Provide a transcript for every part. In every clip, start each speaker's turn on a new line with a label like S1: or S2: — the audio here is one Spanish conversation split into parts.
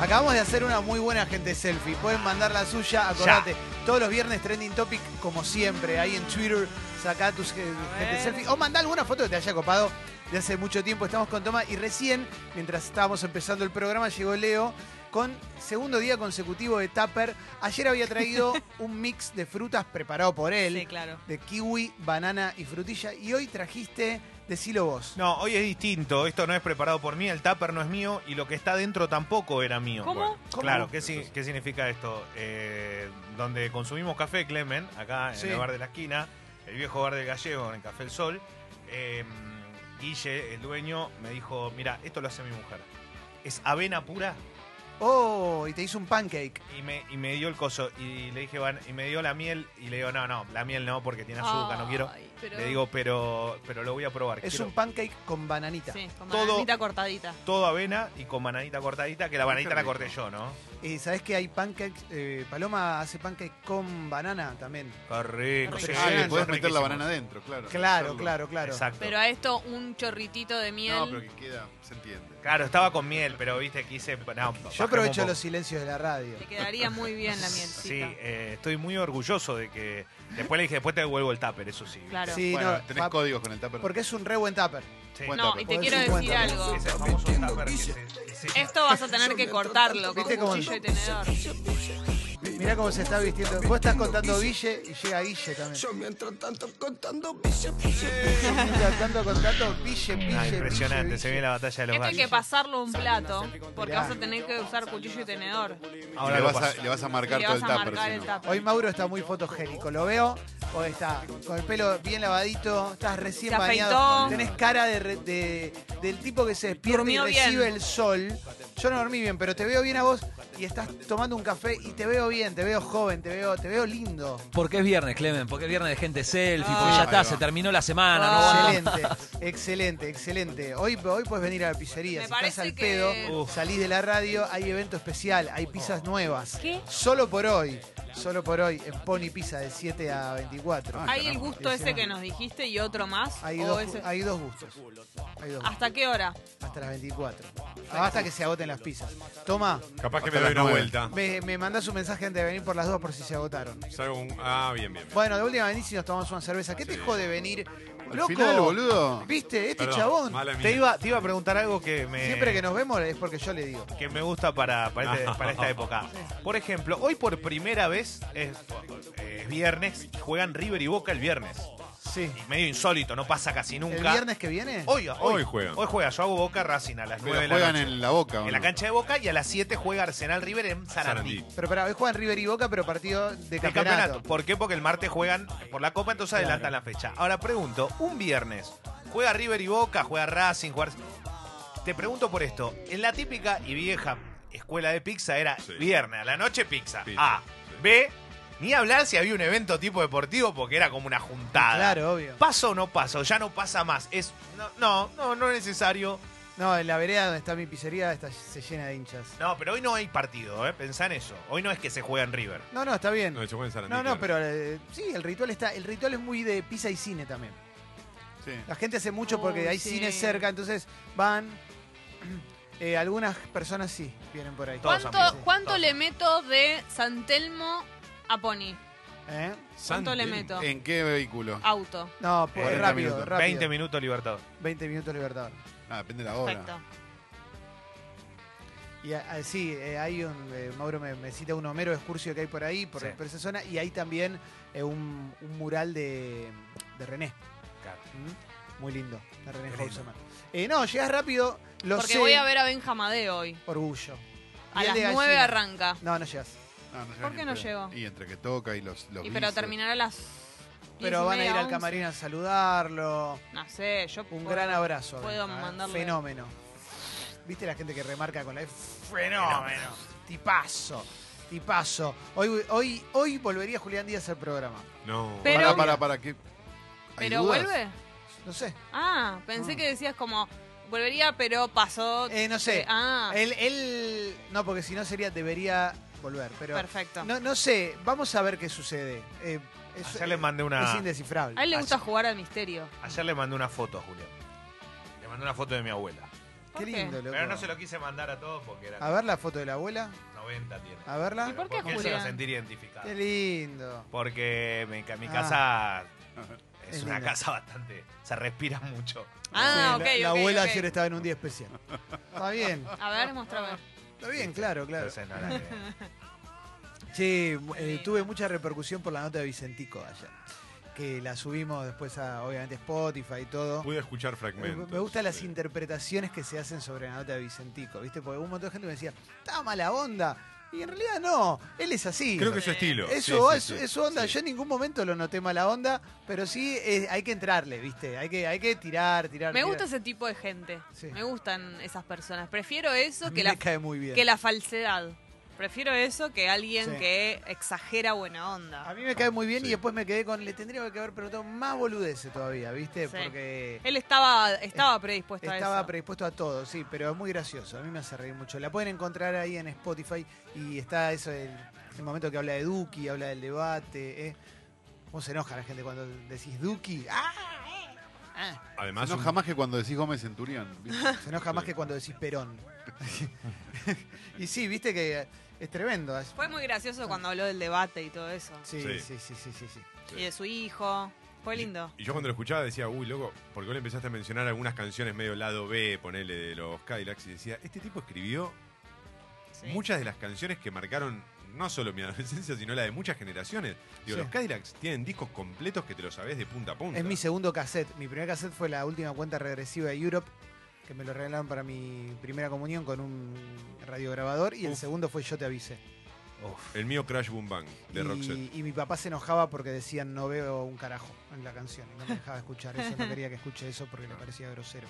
S1: Acabamos de hacer una muy buena gente selfie. Pueden mandar la suya, acordate. Todos los viernes trending topic, como siempre, ahí en Twitter, sacá tus eh, gente
S2: ver.
S1: selfie. O mandá alguna foto que te haya copado de hace mucho tiempo. Estamos con Toma y recién, mientras estábamos empezando el programa, llegó Leo con segundo día consecutivo de Tupper. Ayer había traído un mix de frutas preparado por él.
S2: Sí, claro.
S1: De kiwi, banana y frutilla. Y hoy trajiste, decilo vos.
S3: No, hoy es distinto. Esto no es preparado por mí, el tupper no es mío y lo que está dentro tampoco era mío.
S2: ¿Cómo?
S3: Bueno,
S1: ¿Cómo?
S3: Claro, ¿qué, si- qué significa esto? Eh, donde consumimos café, Clemen, acá en
S1: Sí.
S3: el bar de la esquina, el viejo bar del gallego, en el Café El Sol, eh, Guille, el dueño, me dijo, mira, esto lo hace mi mujer. Es avena pura
S1: Oh, y te hizo un pancake.
S3: y me, y me dio el coso y le dije, "Van", y me dio la miel y le digo, no, no, la miel no porque tiene azúcar, no quiero.
S2: Ay, pero-
S3: Le digo, pero, pero lo voy a probar.
S1: Es
S3: quiero-
S1: un pancake con bananita.
S2: Sí, con
S3: todo-
S2: bananita cortadita.
S3: todo avena y con bananita cortadita, que la bananita la corté yo, ¿no?
S1: Eh, ¿Sabés que hay pancakes? eh, Paloma hace pancake con banana también.
S3: Qué rico.
S2: Sí,
S3: son
S2: sí,
S4: ah, le podés meter la
S3: riquísimos.
S4: banana adentro, claro.
S1: Claro,
S4: Hacerlo.
S1: claro, claro.
S3: Exacto.
S2: Pero a esto un chorritito de miel.
S4: No, pero que queda, se entiende.
S3: Claro, estaba con miel, pero viste, quise.
S1: Yo
S3: no, bajemos un
S1: aprovecho
S3: poco.
S1: los silencios de la radio.
S2: Te quedaría muy bien la
S3: Sí,
S2: mielcita.
S3: eh, estoy muy orgulloso de que. Después le dije, después te devuelvo el tupper, eso sí.
S2: Claro.
S1: Sí,
S4: bueno,
S1: no,
S4: tenés
S1: pa-
S4: códigos con el tupper.
S1: porque es un re buen tupper.
S3: Sí.
S4: Bueno,
S2: No, y te
S1: Podés
S2: quiero
S1: ir
S2: decir
S1: cuéntame.
S2: algo.
S3: Ese famoso tupper que se- que se-
S2: Esto vas a tener que cortarlo con
S1: ¿Viste cómo-
S2: cuchillo y tenedor.
S1: Mirá cómo se está vistiendo. Vos estás contando Guille y llega Guille también.
S5: Yo mientras tanto contando bille,
S1: Contando, contando, Guille, Guille,
S3: Ah, impresionante,
S1: Guille,
S3: se
S1: Guille.
S3: viene la batalla de los
S2: Esto hay que
S3: gallos.
S2: pasarlo a un plato, porque
S1: Mirá.
S2: vas a tener que usar cuchillo y tenedor.
S3: Ahora
S4: le,
S3: lo
S4: vas a,
S3: paso.
S4: le vas a
S2: Y
S4: marcar
S2: le
S4: todo
S2: vas
S4: el
S2: a
S4: tupper.
S2: marcar
S4: si
S2: el
S4: no.
S2: tapa.
S1: Hoy Mauro está muy fotogénico, lo veo. Hoy está con el pelo bien lavadito, estás recién
S2: Se
S1: bañado.
S2: afeitó.
S1: Tenés cara de, re- de- del tipo que se despierta
S2: Durmió
S1: y
S2: bien.
S1: recibe el sol. Yo no dormí bien, pero te veo bien a vos y estás tomando un café y te veo bien, te veo joven, te veo, te veo lindo.
S6: Porque es viernes, Clemen, porque es viernes de gente selfie, porque
S2: Ah.
S6: ya
S4: Ahí va.
S6: está, se terminó la semana,
S2: Ah.
S6: no aguantamos.
S1: Excelente, excelente, excelente. Hoy, hoy puedes venir a la pizzería.
S2: Me
S1: si estás
S2: parece
S1: al
S2: que-
S1: pedo,
S3: Uf.
S1: salís de la radio, hay evento especial, hay pizzas
S4: Oh.
S1: nuevas.
S2: ¿Qué?
S1: Solo por hoy, solo por hoy, en Pony Pizza de 7 a 24.
S4: Ah,
S2: Hay el gusto
S1: Ese
S2: ese
S1: no.
S2: que nos dijiste y otro más.
S1: Hay
S2: o
S1: dos,
S2: ese-
S1: hay dos gustos. Hay dos gustos.
S2: ¿Hasta qué hora?
S1: Hasta las 24. Ah, Hasta que se agoten las pizzas. Toma,
S7: Capaz que
S4: Hasta las
S7: me doy una
S4: nueve.
S7: vuelta.
S1: me, me mandás un mensaje antes de venir por las dos por si se agotaros.
S7: Salgo un- Ah, bien, bien. Ah, bien.
S1: Bueno, de última venís y nos tomamos una cerveza. ¿Qué te jode venir? Loco,
S4: final, boludo.
S1: ¿Viste? Este
S7: Perdón,
S1: chabón.
S7: mala mía.
S3: Te iba, te iba a preguntar algo que me.
S1: Siempre que nos vemos es porque yo le digo.
S3: que me gusta para, para, este- para esta época. Por ejemplo, hoy por primera vez es, es viernes y juegan River y Boca el viernes.
S1: Sí.
S3: Y medio insólito, no pasa casi nunca.
S1: ¿El viernes que viene?
S3: Hoy, hoy,
S7: Hoy juegan.
S3: Hoy juega, yo hago Boca Racing a las
S4: Pero
S3: 9 de la
S4: juegan
S3: noche.
S4: en la boca, ¿o
S3: En la
S4: no?
S3: cancha de Boca y a las 7 juega Arsenal River en Sarandí.
S7: Sarandí.
S1: Pero pará, hoy juegan River y Boca, pero partido de
S3: El
S1: campeonato.
S3: campeonato. pues, ¿Por qué? Porque el martes juegan por la Copa, entonces adelantan la fecha. Ahora pregunto, un viernes, juega River y Boca, juega Racing, juega... Te pregunto por esto. En la típica y vieja escuela de pizza era
S7: Sí.
S3: viernes, a la noche pizza.
S7: Pizza,
S3: A.
S7: sí.
S3: B. Ni hablar si había un evento tipo deportivo porque era como una juntada.
S1: Claro, obvio.
S3: ¿Pasa o no pasa? O ya no pasa más. Es. No, no, no, no es necesario.
S1: No, en la vereda donde está mi pizzería está- se llena de hinchas.
S3: No, pero hoy no hay partido, ¿eh? Pensá en eso. Hoy no es que se juega en River.
S1: No, no, está bien.
S7: No, yo juego en Sarandí,
S1: No, no,
S7: claro.
S1: pero eh, sí, el ritual está. El ritual es muy de pizza y cine también.
S4: Sí.
S1: La gente hace mucho porque
S2: Uy,
S1: hay
S2: sí.
S1: cine cerca, entonces van. eh, algunas personas sí vienen por ahí.
S3: Todos
S2: ¿Cuánto,
S3: amigos, sí.
S2: cuánto
S3: Todos
S2: le meto de San Telmo a Pony?
S1: ¿Eh?
S2: ¿Cuánto
S7: San
S2: le
S7: Telmo.
S2: meto?
S4: ¿En qué
S3: eh.
S4: vehículo?
S2: Auto.
S1: No, pues,
S4: 40
S1: rápido,
S4: minutos.
S1: rápido.
S3: 20 minutos Libertador.
S1: 20 minutos Libertador.
S4: Ah, depende de la hora.
S2: Perfecto.
S1: Y ah, sí, eh, hay un. eh, Mauro me, me cita un Homero Escurcio que hay por ahí, por,
S3: Sí.
S1: por esa zona, y hay también eh, un, un mural de, de René. ¿Mm? Muy lindo, de René
S3: Qué lindo.
S1: Hausemann. Eh, no, llegas rápido, lo
S2: Porque
S1: sé.
S2: voy a ver a Benjamadé hoy.
S1: Orgullo.
S2: A
S1: Piel
S2: las
S1: de
S2: 9
S1: gallina.
S2: arranca.
S1: No, no llegas.
S4: Ah, no llega
S2: ¿Por
S4: ni
S2: qué
S4: en
S2: no
S4: pedo.
S2: llegó?
S4: Y entre que toca y los. los
S2: Y pero
S4: bíceps.
S2: terminará a las. 10 y
S1: Pero van a ir
S2: media,
S1: al
S2: 11.
S1: camarín a saludarlo.
S2: No sé, yo
S1: Un
S2: puedo-
S1: gran abrazo.
S2: puedo
S1: Benja, ¿eh?
S2: mandarle-
S1: Fenómeno. ¿Viste la gente que remarca con la F? Fenómeno. Tipazo. Tipazo. Hoy, hoy, hoy volvería Julián Díaz al programa.
S7: No.
S2: Pero-
S4: Para, para, para. ¿qué? ¿Hay
S2: ¿Pero
S4: dudas?
S2: vuelve?
S1: No sé.
S2: Ah, pensé
S1: Ah.
S2: que decías como. Volvería, pero pasó.
S1: Eh, no sé.
S2: Ah,
S1: Él, él. No, porque si no sería. Debería volver. Pero.
S2: perfecto.
S1: No, no sé. Vamos a ver qué sucede. Eh, es,
S3: Ayer le mandé una-
S1: Es indescifrable.
S2: A él le gusta
S3: Así.
S2: jugar al misterio.
S3: Ayer le mandé una foto a Julio. Le mandé una foto de mi abuela.
S1: Qué
S2: qué?
S1: lindo, loco.
S3: Pero no se lo quise mandar a todos porque era
S1: A ver la foto de la abuela.
S3: 90 tiene.
S1: A verla.
S2: ¿Y por qué
S3: porque él se va a
S2: Julián?
S3: sentir identificado.
S1: Qué lindo.
S3: Porque mi, ca- mi
S1: Ah.
S3: casa es,
S1: Es
S3: una
S1: linda.
S3: casa bastante. Se respira mucho.
S2: Ah,
S1: Sí,
S2: ok,
S1: la, la
S2: ok,
S1: abuela
S2: ok.
S1: ayer estaba en un día especial. Está bien,
S2: A ver, mostrame.
S1: está bien, claro, claro.
S3: Entonces no la creo.
S1: Sí, tuve mucha repercusión por la nota de Vicentico ayer. Que la subimos después a, obviamente, Spotify y todo.
S7: Pude escuchar
S1: Me-
S7: fragmentos.
S1: Me gustan las
S7: sí.
S1: interpretaciones que se hacen sobre la nota de Vicentico, ¿viste? Porque un montón de gente me decía, está mala onda. Y en realidad no, él es así.
S7: Creo que es su estilo.
S1: Es
S7: Sí,
S1: su,
S7: sí,
S1: es-
S7: sí.
S1: es su onda.
S7: Sí.
S1: Yo en ningún momento lo noté mala onda, pero sí eh, hay que entrarle, ¿viste? Hay que, hay que tirar, tirar.
S2: Me
S1: tirar.
S2: gusta ese tipo de gente.
S1: Sí.
S2: Me gustan esas personas. Prefiero eso
S1: A mí
S2: que
S1: me
S2: la,
S1: cae muy bien.
S2: que la falsedad. Prefiero eso que alguien
S1: Sí.
S2: que exagera buena onda.
S1: A mí me cae muy bien y
S7: Sí.
S1: después me quedé con. Le tendría que haber preguntado más boludeces todavía, ¿viste?
S2: Sí.
S1: Porque.
S2: Él estaba, estaba predispuesto
S1: Estaba
S2: a eso.
S1: predispuesto a todo, sí, pero es muy gracioso. A mí me hace reír mucho. La pueden encontrar ahí en Spotify y está eso, el, el momento que habla de Duki, habla del debate. ¿eh? ¿Cómo se enoja la gente cuando decís Duki? ¡Ah! eh! Ah.
S7: Además,
S4: no
S7: un-
S4: jamás que cuando decís Gómez Centurión. ¿viste?
S1: Se enoja más que cuando decís Perón. y sí, viste que es tremendo. es-
S2: Fue muy gracioso cuando habló del debate y todo eso.
S1: Sí, sí,
S7: Sí.
S1: sí, sí, sí, sí.
S2: Y de su hijo. Fue lindo.
S7: Y yo cuando lo escuchaba decía, uy, loco, porque vos le empezaste a mencionar algunas canciones medio lado B, ponele de los Cadillacs, y decía, este tipo escribió
S2: Sí.
S7: muchas de las canciones que marcaron no solo mi adolescencia, sino la de muchas generaciones. Digo,
S1: Sí.
S7: los Cadillacs tienen discos completos que te los sabés de punta a punta.
S1: Es mi segundo cassette. Mi primer cassette fue la última cuenta regresiva de Europe, que me lo regalaron para mi primera comunión con un radiograbador. Y el
S7: Uf.
S1: segundo fue Yo te avisé.
S7: El mío Crash Boom Bang, de Roxette.
S1: y, y mi papá se enojaba porque decían no veo un carajo en la canción. Y no me dejaba escuchar eso. No quería que escuche eso porque le parecía grosero.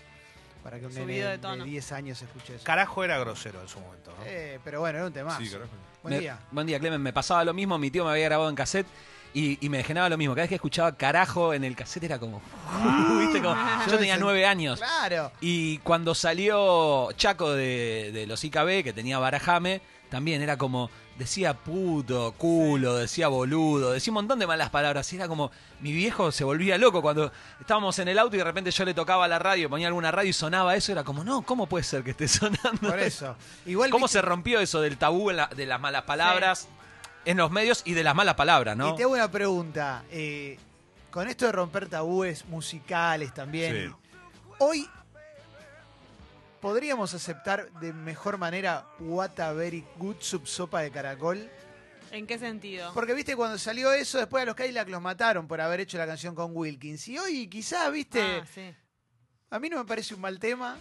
S1: Para que un
S2: Subido
S1: nene
S2: de
S1: de,
S2: tono.
S1: 10 años escuche eso.
S3: Carajo era grosero en su momento. ¿no?
S1: Eh, pero bueno, era un tema.
S7: Sí, carajo.
S1: Buen
S6: Me-
S1: día.
S6: Buen día, Clemen. Me pasaba lo mismo, mi tío me había grabado en cassette y, y me degenaba lo mismo. Cada vez que escuchaba carajo en el cassette era como. ¿viste? Como- yo
S1: Yo
S6: tenía
S1: sent-
S6: nueve años.
S1: Claro.
S6: Y cuando salió Chaco de, de los IKB, que tenía Barajame, también era como, decía puto, culo, decía boludo, decía un montón de malas palabras. Y era como, mi viejo se volvía loco cuando estábamos en el auto y de repente yo le tocaba la radio, ponía alguna radio y sonaba eso. Era como, no, ¿cómo puede ser que esté sonando?
S1: Por eso. Igual
S6: ¿Cómo
S1: viste-
S6: se rompió eso del tabú en la- de las malas palabras en los medios y de las malas palabras, no?
S1: Y te hago una pregunta. eh, con esto de romper tabúes musicales también, hoy podríamos aceptar de mejor manera What a Very Good Subsopa de Caracol.
S2: ¿En qué sentido?
S1: Porque viste, cuando salió eso, después a los Cadillac los mataron por haber hecho la canción con Wilkins. Y hoy quizás, viste,
S2: Ah, sí.
S1: a mí no me parece un mal tema.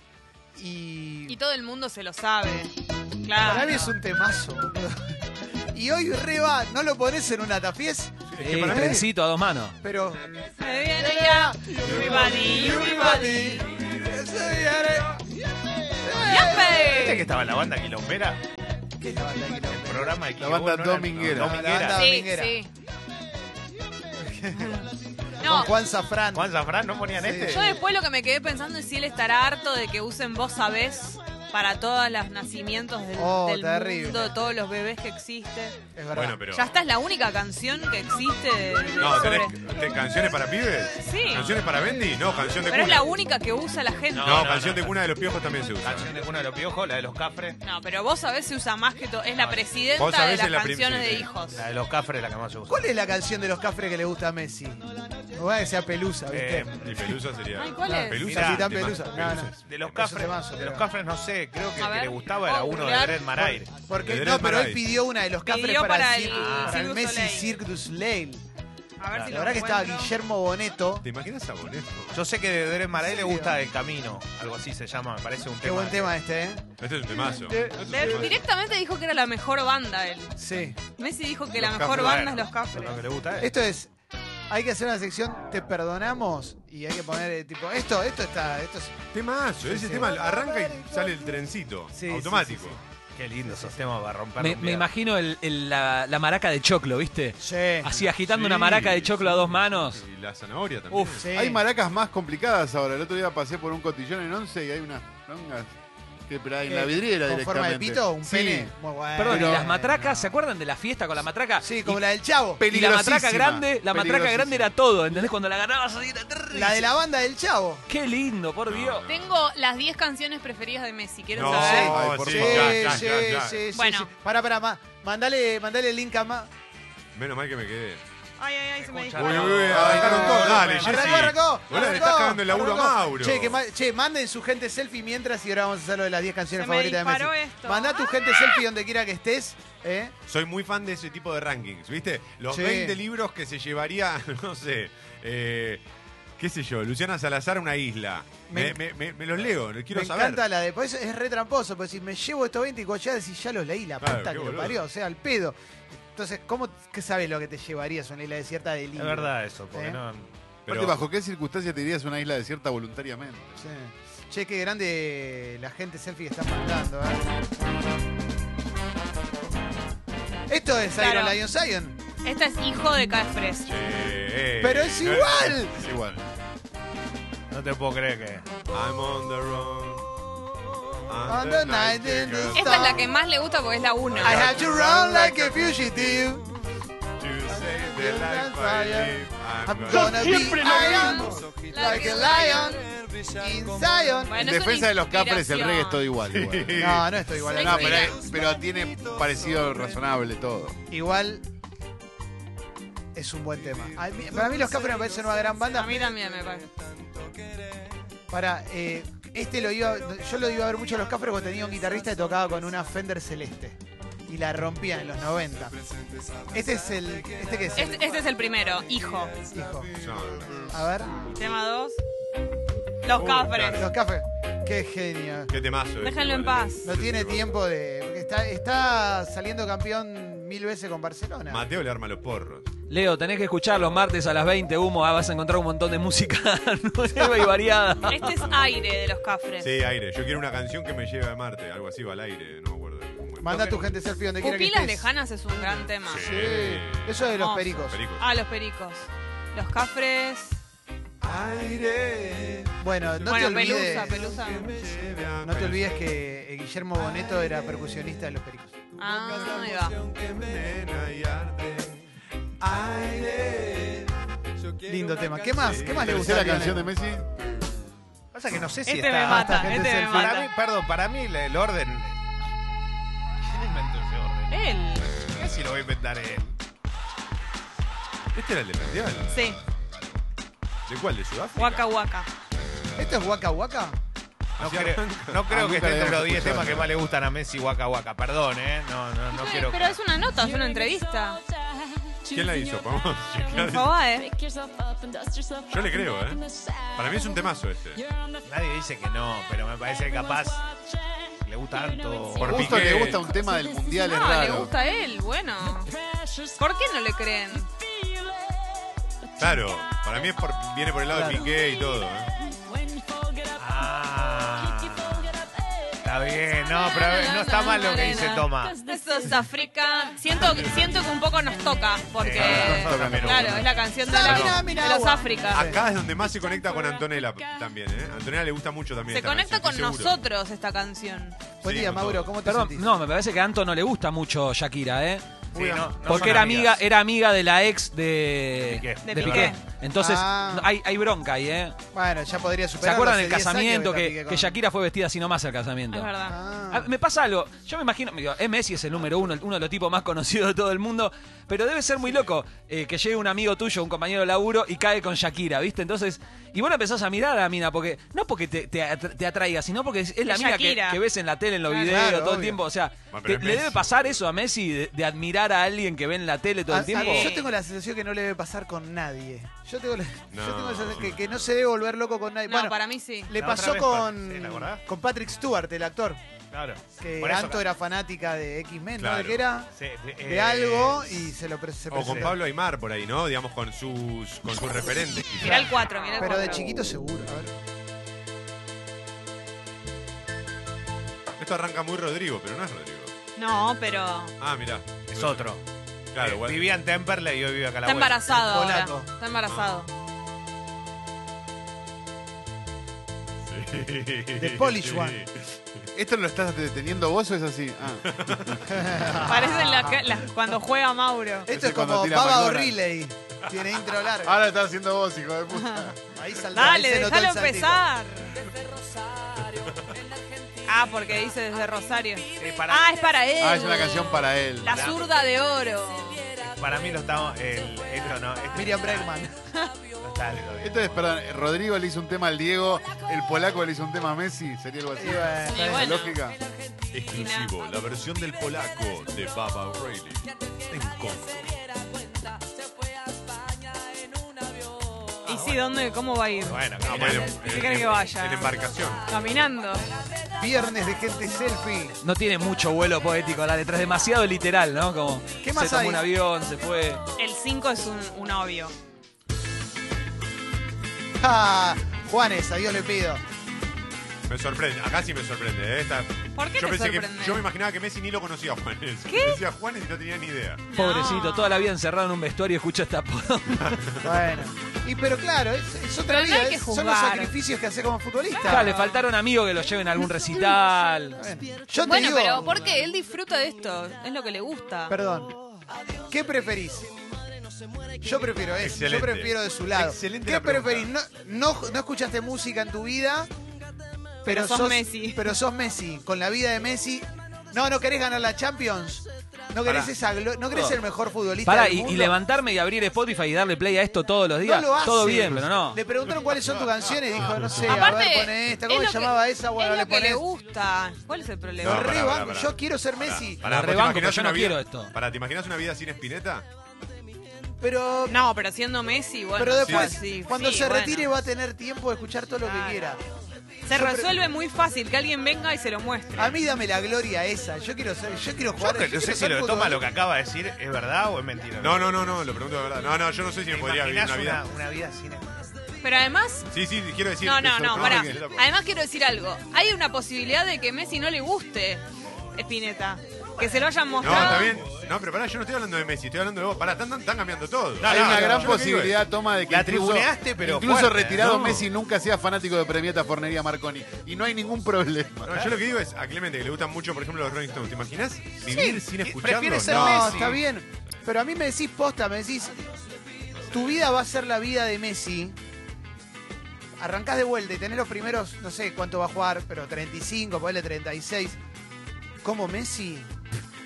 S1: Y,
S2: Y todo el mundo se lo sabe. Claro.
S1: para mí es un temazo. boludo. y hoy reba, no lo pones en una tapiez,
S7: Es que
S6: Eh,
S7: para mí-
S6: trencito a dos manos.
S1: pero...
S2: Me viene ya. Everybody, everybody.
S3: ¿Viste que
S2: Yape.
S1: Eh.
S3: estaba la banda Quilombera?
S1: ¿Qué es la banda
S3: El
S1: quilombera?
S3: programa de
S4: La banda
S3: Quilombo, ¿no?
S4: dominguera.
S1: La banda-
S3: Dominguera.
S2: Sí,
S1: Dominguera.
S2: sí.
S1: Con
S2: No,
S1: Juan Zafrán.
S3: Juan Zafrán, ¿no ponían
S1: Sí.
S3: este?
S2: yo después lo que me quedé pensando es si él estará harto de que usen vos sabés para todos los nacimientos del,
S1: Oh,
S2: del
S1: terrible.
S2: mundo, de todos los bebés que existen.
S1: Es verdad.
S7: Bueno, pero...
S2: Ya esta es la única canción que existe. de- de-
S7: No,
S2: sobre-
S7: ¿tenés, tenés canciones para pibes?
S2: Sí.
S7: ¿Canciones para Bendy? No, canción de
S2: Pero es
S7: cuna.
S2: la única que usa la gente.
S7: No,
S3: No, no,
S7: canción
S3: no,
S7: de
S3: no.
S7: cuna de los piojos también se usa.
S3: Canción de uno de los piojos, la de los cafres.
S2: No, pero vos sabés se usa más que todo. Es la presidenta
S7: Vos sabés
S2: de las
S7: es la prim-
S2: canciones
S7: sí,
S2: de
S7: sí.
S2: hijos.
S3: La de los cafres es la que más se usa.
S1: ¿Cuál es la canción de los cafres que le gusta a Messi? No va que sea pelusa, ¿viste?
S3: Eh,
S7: Y Pelusa sería. Ah,
S2: Ay, ¿cuál es?
S7: Pelusa.
S3: Mirá,
S1: Capitán
S7: tema.
S1: Pelusa. No, no.
S3: De los
S7: Pelusa
S3: cafres,
S1: temazo,
S3: de los
S1: pero-
S3: cafres no sé, creo que el
S2: A
S3: que
S2: ver.
S3: le gustaba era
S2: Oh,
S3: uno de
S2: mirá.
S3: Dread Maraire.
S1: Porque
S7: de
S1: no,
S7: Dread
S1: pero él
S7: Marais.
S1: pidió una de los cafres
S2: Pidió
S1: para,
S2: para
S1: el,
S2: el
S1: Cir- para el
S2: Cirque du
S1: Messi
S2: Soleil.
S1: Cirque du Soleil.
S2: A ver si
S1: La
S2: lo
S1: verdad que estaba
S2: encuentro.
S1: Guillermo Boneto.
S7: ¿Te imaginas a Boneto?
S3: Yo sé que de Dread Maraire le
S1: serio?
S3: gusta El Camino, algo así se llama, me parece un
S1: Qué
S3: tema.
S1: buen tema este, ¿eh?
S7: Este es un temazo.
S1: De-
S7: Este es un
S2: Le-
S7: temazo.
S2: directamente dijo que era la mejor banda él.
S1: Sí.
S2: Messi dijo que
S3: Los
S2: la mejor
S3: Cafres,
S2: banda es
S3: bueno,
S2: Los Cafres.
S3: Lo que le gusta eh. es.
S1: Esto es. Hay que hacer una sección Te perdonamos y hay que poner eh, tipo esto, esto está, esto es
S7: Temazo.
S1: Sí,
S7: Ese
S1: sí.
S7: tema arranca y sale el trencito.
S1: Sí,
S7: automático.
S1: sí, sí,
S3: Qué lindo esos temas para romper.
S6: Me, me imagino el- el- la, la maraca de choclo, ¿viste?
S1: Sí.
S6: Así agitando
S7: Sí,
S6: una maraca de choclo a dos manos.
S7: Y la zanahoria también.
S6: Uf,
S1: Sí.
S4: Hay maracas más complicadas ahora. El otro día pasé por un cotillón en once y hay unas longas Que, pero en la vidriera
S1: ¿Con forma de
S4: directamente.
S1: pito? ¿Un
S4: Sí.
S1: pene? Muy bueno.
S6: Perdón,
S4: Pero-
S6: y las matracas, ¿se acuerdan de la fiesta con la matraca?
S1: Sí,
S6: Y-
S1: como la del Chavo.
S6: y la matraca
S4: Peligrosísima,
S6: grande, la matraca grande era todo, ¿entendés? Cuando la agarrabas así,
S1: La de la banda del Chavo.
S6: qué lindo, por Dios.
S2: Tengo las 10 canciones preferidas de Messi, ¿quieren
S7: No,
S2: saber?
S7: sí.
S4: Ay, por
S1: Sí,
S4: favor.
S7: ya, ya,
S1: sí,
S7: ya, ya.
S1: sí, sí,
S2: Bueno.
S1: sí. Pará, pará, ma- mandale, mandale el link a ma.
S7: Menos mal que me quedé.
S2: Ay, ay, ay, se me
S6: Escucha.
S2: disparó.
S6: Uy, uy,
S7: Eh, arrancaron todos. Dale, Jessy.
S1: Arrancó, arrancó.
S7: Vos le
S1: arrancó,
S7: estás cagando el laburo a
S1: arrancó.
S7: Mauro.
S1: Che, que ma- che, manden su gente selfie mientras y ahora vamos a hacer lo de las 10 canciones
S2: Se me
S1: favoritas de Messi.
S2: disparó esto.
S1: Mandá tu gente selfie donde quiera que estés. ¿eh?
S7: Soy muy fan de ese tipo de rankings, ¿viste? Los
S1: Sí.
S7: 20 libros que se llevaría, no sé, eh, qué sé yo, Luciana Salazar a una isla.
S1: Me-
S7: Me, me- me- me los leo, los quiero
S1: me
S7: saber.
S1: encanta la de. Por eso es re tramposo, porque si me llevo estos 20 y ya decís, ya los leí, la
S7: Claro,
S1: puta que
S7: qué
S1: lo
S7: boludo.
S1: parió, o sea, al pedo. Entonces, ¿cómo que sabes lo que te llevarías a una isla desierta de
S3: Es
S1: libro?
S3: verdad eso, porque
S1: ¿Eh?
S3: no.
S7: Pero-
S4: Aparte, ¿bajo qué circunstancia te irías a una isla desierta voluntariamente?
S1: Sí. Che, qué grande la gente selfie que está mandando, ¿eh? Esto es
S2: Claro.
S1: Iron Lion Zion.
S2: Esta es Hijo de K-Express.
S7: Che,
S1: ¡Pero es
S7: no-
S1: igual!
S4: Es igual.
S3: No te puedo creer que.
S7: I'm on the run.
S1: On the night in the
S7: girl,
S2: Esta es la que más le gusta porque es la 1.
S1: I had to run like a fugitive.
S7: to save the life I live. I'm
S1: I'm
S7: gonna-
S1: gonna be Iron like a lion in Zion.
S2: Bueno,
S4: en
S2: es una
S4: defensa de los Capres, el
S2: inspiración.
S4: reggae es todo igual. igual.
S1: No, no estoy igual.
S2: Soy
S4: No,
S1: No,
S4: pero, pero tiene parecido razonable todo.
S1: Igual es un buen tema. A mí- para mí los Capri me parecen una gran
S2: A
S1: banda.
S2: mí también me parece.
S1: Para, eh, este lo iba, yo lo iba a ver mucho a los Capri porque tenía un guitarrista que tocaba con una Fender Celeste. Y la rompía en los 90. Este es el. Este que es el
S2: Este, este es el primero, Hijo.
S1: hijo.
S7: No,
S1: A ver.
S2: Tema 2. Los
S7: Uh,
S2: Capres.
S1: Los Capri. Qué genio.
S7: Qué temazo. eh,
S2: Déjenlo en
S7: igual, eh.
S2: paz.
S1: No tiene tiempo de. porque Está, está saliendo campeón mil veces con Barcelona.
S7: Mateo le arma los porros.
S6: Leo, tenés que escuchar los martes a las 20, humo, ah, vas a encontrar un montón de música nueva y variada.
S2: Este es Aire de los Cafres.
S7: Sí, aire. Yo quiero una canción que me lleve a Marte. Algo así va al aire, no me acuerdo.
S1: Manda a tu gente selfie donde quiera que este
S2: Pupilas
S1: estés.
S2: lejanas es un gran tema.
S7: Sí.
S1: Sí. Eso de los
S2: Hermoso.
S1: pericos.
S7: Pericos.
S2: Ah, los pericos. Los cafres.
S7: Aire.
S1: Bueno, no
S2: bueno,
S1: te olvides.
S2: pelusa, pelusa.
S1: No te olvides que eh, Guillermo Boneto era percusionista de los pericos.
S2: Ah, ahí va.
S7: Aire.
S1: Lindo tema. ¿Qué más? ¿Qué más le gusta?
S4: ¿Tercera canción de Messi?
S3: Pasa que no sé si
S2: Este
S3: está.
S2: me
S1: esta
S2: mata,
S1: gente
S2: este me
S1: selfie.
S3: Para mí,
S2: mata.
S3: perdón, para mí el, el orden. ¿Quién inventó ese orden?
S2: Él.
S3: ¿Qué si lo voy a inventar él?
S7: Este era el del mundial.
S2: Sí,
S7: ¿De cuál? ¿De Sudáfrica?
S2: Waka Waka.
S1: ¿Esto es Waka Waka?
S3: No
S7: Así
S3: creo,
S7: arranca.
S3: no creo
S4: Ah,
S3: que esté
S4: nunca
S3: entre
S4: habíamos
S3: los 10
S4: escuchado.
S3: temas que más le gustan a Messi Waka Waka. Perdón, ¿eh? No, no, no quiero.
S2: Pero es una nota, es una entrevista. eh.
S7: ¿Quién la hizo? Vamos a checar.
S2: Infobae.
S7: Yo le creo, ¿eh? Para mí es un temazo este.
S3: Nadie dice que no, pero me parece que capaz le gusta tanto.
S7: Por
S4: Justo
S7: Piqué.
S4: le gusta un tema del mundial, es
S2: No, Ah, le
S4: raro.
S2: gusta a él, bueno. ¿Por qué no le creen?
S7: Claro, para mí es por- viene por el lado de Piqué y todo. ¿eh?
S3: Ah, está bien, no, pero a ver, no está mal lo que dice Toma.
S2: Eso es África. Siento, siento que un poco nos toca, porque.
S7: Eh,
S4: nos toca, pero-
S2: Claro, es la canción de, la-
S1: Samina, mina,
S2: de los
S1: agua.
S2: África.
S7: Acá es donde más se conecta con Antonella también. ¿eh? A Antonella le gusta mucho también.
S2: Se
S7: esta
S2: conecta con
S7: canción, estoy seguro.
S2: nosotros esta canción.
S1: Buen
S7: Sí,
S1: día,
S7: con
S1: Mauro.
S7: todo.
S1: ¿Cómo te
S6: Perdón,
S1: sentís?
S6: no, me parece que a Anto no le gusta mucho Shakira, ¿eh?
S3: Sí, no, no
S6: Porque
S3: son
S6: era amiga,
S3: amigas.
S6: era amiga de la ex de,
S3: De Piqué.
S2: De Piqué.
S6: Entonces,
S1: Ah.
S6: no, hay, hay bronca ahí, ¿eh?
S1: Bueno, ya podría
S6: ¿Se
S1: superarlo.
S6: acuerdan
S1: Hace
S6: del
S1: 10 años
S6: casamiento?
S1: está
S6: Que,
S1: Piqué
S6: que
S1: con-
S6: Shakira fue vestida así nomás al casamiento.
S2: Es verdad.
S6: Ah,
S1: Ah,
S6: me pasa algo, yo me imagino, digo, eh, Messi es el número uno, el- uno de los tipos más conocidos de todo el mundo, pero debe ser muy loco eh, que llegue un amigo tuyo, un compañero de laburo y cae con Shakira, ¿viste? Entonces, y vos la empezás a mirar a la mina, porque no porque te, te atra- te atraiga, sino porque es, es la
S2: Es
S6: mina que,
S2: Shakira.
S6: que ves en la tele, en los
S2: Claro,
S6: videos,
S1: claro,
S6: todo el
S1: obvio.
S6: tiempo, o sea,
S7: Bueno, pero
S6: te-
S7: es
S6: ¿le debe
S7: Messi.
S6: pasar eso a Messi de, de admirar a alguien que ve en la tele todo
S1: a-
S6: el tiempo?
S1: a- Ah, yo tengo la sensación que no le debe pasar con nadie. Yo tengo la,
S7: No.
S1: yo tengo la sensación que, que no se debe volver loco con nadie.
S2: No,
S1: bueno,
S2: para mí sí.
S1: le
S3: La
S1: pasó
S3: otra vez,
S1: con,
S3: ¿te acordás?
S1: con Patrick Stewart, el actor.
S3: Claro.
S1: Que
S3: Por eso-
S1: Anto era fanática de X-Men, ¿no? ¿De
S7: Claro.
S1: qué era?
S3: Sí,
S1: De
S3: eh,
S1: algo y se lo pre- se
S7: O con
S1: presentó.
S7: Pablo Aymar por ahí, ¿no? Digamos, con sus, con sus referentes. quizás.
S2: Mirá el 4, mirá el
S1: Pero de
S2: cuatro.
S1: chiquito seguro. A ver.
S7: Esto arranca muy Rodrigo, pero no es Rodrigo.
S2: No, pero.
S7: Ah, mirá.
S3: Es otro.
S7: Claro,
S3: Eh,
S7: igual.
S3: Vivía en Temperley y hoy vive acá a la
S2: Está
S3: vuelta.
S2: embarazado ahora.
S1: Polaco.
S2: Está embarazado.
S7: Sí.
S1: The Polish One.
S7: Sí.
S4: ¿Esto lo estás deteniendo vos o es así? Ah,
S3: Ah.
S2: Parecen la que- las- cuando juega Mauro.
S1: Esto
S4: Ese
S1: es
S4: cuando
S1: como
S4: tira
S1: Baba
S4: McDonald's. Ah.
S1: O'Reilly. Tiene intro larga.
S4: ahora lo estás haciendo vos, hijo de puta.
S1: Ahí saltó,
S2: Dale,
S1: ahí se notó
S2: déjalo
S1: el saltito.
S2: empezar. Ah, porque dice desde Rosario.
S3: Eh, para,
S2: Ah, es para él.
S4: Ah, es una canción para él.
S2: La zurda de oro.
S3: para mí no está. el- esto no. Este
S1: Miriam Bregman.
S3: no está el otro día.
S4: Esto Este es, perdón, Rodrigo le hizo un tema al Diego, el polaco le hizo un tema a Messi, sería algo así.
S1: Y bueno,
S4: ¿Tiene
S2: bueno.
S4: lógica?
S7: Exclusivo, la versión del polaco de Baba O'Reilly en Congo.
S2: Y sí, ¿dónde? ¿Cómo va a ir?
S3: Bueno,
S7: Ah,
S3: mirá.
S7: bueno,
S2: ¿Qué
S7: en-
S2: cree
S7: en-
S2: que vaya?
S7: En embarcación.
S2: Caminando.
S1: Viernes de gente selfie.
S6: No tiene mucho vuelo poético la letra, es demasiado literal, ¿no? Como
S1: ¿Qué más
S6: se tomó
S1: hay?
S6: un avión, se fue.
S2: El 5 es un, un obvio.
S1: Ah, Juanes, a Dios le pido.
S7: Me sorprende, acá sí me sorprende. ¿eh? Esta-
S2: ¿Por qué
S7: yo
S2: te
S7: pensé
S2: sorprende?
S7: Que, yo me imaginaba que Messi ni lo conocía a Juanes.
S2: ¿Qué?
S7: Decía Juanes y no tenía ni idea.
S6: Pobrecito, toda la vida encerrado en un vestuario escucha esta poronga.
S1: Bueno. Y pero claro, es, es otra
S2: Pero no
S1: vida.
S2: hay que
S1: es- son los
S2: juzgar.
S1: sacrificios que hace como futbolista.
S6: Ah, Le faltaron amigos que lo lleven a algún recital.
S1: Bueno, Yo te
S2: Bueno,
S1: digo,
S2: pero porque él disfruta de esto. Es lo que le gusta.
S1: Perdón. ¿Qué preferís? Yo prefiero eso.
S7: Excelente.
S1: Yo prefiero de su lado.
S7: Excelente
S1: ¿Qué
S7: la pregunta.
S1: preferís? No, no- no escuchaste música en tu vida, pero,
S2: Pero sos Messi.
S1: Pero sos Messi. Con la vida de Messi. No, no querés ganar la Champions. No querés,
S7: Pará.
S1: esa glo- no querés ser el mejor futbolista.
S6: Pará,
S1: del
S6: y, y
S1: mundo.
S6: levantarme y abrir Spotify y darle play a esto todos los
S1: No
S6: días.
S1: lo hace.
S6: todo bien, pero no.
S1: Le preguntaron cuáles son tus canciones y dijo, no sé, a ver, pone esta. ¿Cómo
S2: es
S1: se
S2: lo que-
S1: llamaba esa? Bueno,
S2: es
S1: le
S2: lo que le
S1: pones.
S2: gusta. ¿Cuál es el
S1: Lo
S2: problema?
S7: No, pará,
S1: rebanco,
S7: pará, pará.
S1: yo quiero ser Messi.
S7: Pará,
S6: La
S7: ¿vos te
S6: rebanco,
S7: imaginás
S6: pero yo
S7: una
S6: no
S7: vida-
S6: quiero esto.
S7: Pará, ¿te imaginas una vida sin espineta?
S1: Pero,
S2: No, pero siendo Messi, bueno.
S1: pero después,
S2: sí, sí,
S1: cuando
S2: sí,
S1: se
S2: bueno.
S1: retire va a tener tiempo de escuchar todo lo que
S2: Claro.
S1: quiera.
S2: Se resuelve muy fácil que alguien venga y se lo muestre.
S1: A mí dame la gloria esa. Yo quiero ser, yo quiero
S3: Yo
S1: jugar.
S3: que- no
S1: yo
S3: sé
S1: quiero
S3: si
S1: ser
S3: lo
S1: futbolista.
S3: toma lo que acaba de decir es verdad o es mentira.
S7: No, no, no, no, lo pregunto de verdad. No, no, yo no sé si me
S3: ¿Te
S7: podría vivir
S3: imaginás
S7: una vida.
S3: una, una vida sin
S2: Pero además.
S7: Sí, sí, quiero decir.
S2: No,
S7: me
S2: no, no,
S7: sorprende
S2: pará.
S7: que-
S2: Además quiero decir algo. Hay una posibilidad de que Messi no le guste Spinetta. Que se lo hayan
S7: No,
S2: mostrado.
S7: está bien. No, pero pará, yo no estoy hablando de Messi, estoy hablando de vos. Pará, están, están cambiando todo.
S4: Hay
S7: Pará,
S4: una
S7: yo
S4: gran
S7: lo que
S4: posibilidad, toma, de que
S3: La
S4: incluso-
S3: tribuneaste, pero
S4: incluso
S3: fuerte,
S4: retirado
S7: ¿no?
S4: Messi nunca sea fanático de Premiata Fornería Marconi. Y no hay ningún problema.
S7: digo es- no, yo lo que digo es a Clemente, que le gustan mucho, por ejemplo, los Rolling Stones. ¿Te imaginas vivir sin
S1: Prefiere
S7: escucharlos?
S1: ser
S7: No.
S1: Messi. está bien. Pero a mí me decís posta, me decís, tu vida va a ser la vida de Messi. Arrancás de vuelta y tenés los primeros, no sé cuánto va a jugar, pero 35, ponele 36. ¿Cómo Messi?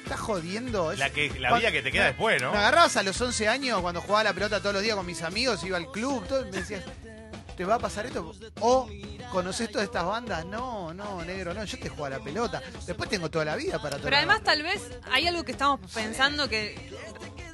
S1: ¿Estás jodiendo? Es-
S3: La, que, la
S1: Cuan-
S3: vida que te queda después, ¿no?
S1: Me agarrabas a los 11 años cuando jugaba la pelota todos los días con mis amigos, iba al club, todo, y me decías, ¿te va a pasar esto? O, ¿conoces todas estas bandas? No, no, negro, no, yo te juego a la pelota. Después tengo toda la vida para todo.
S2: Pero además tal vez hay algo que estamos pensando que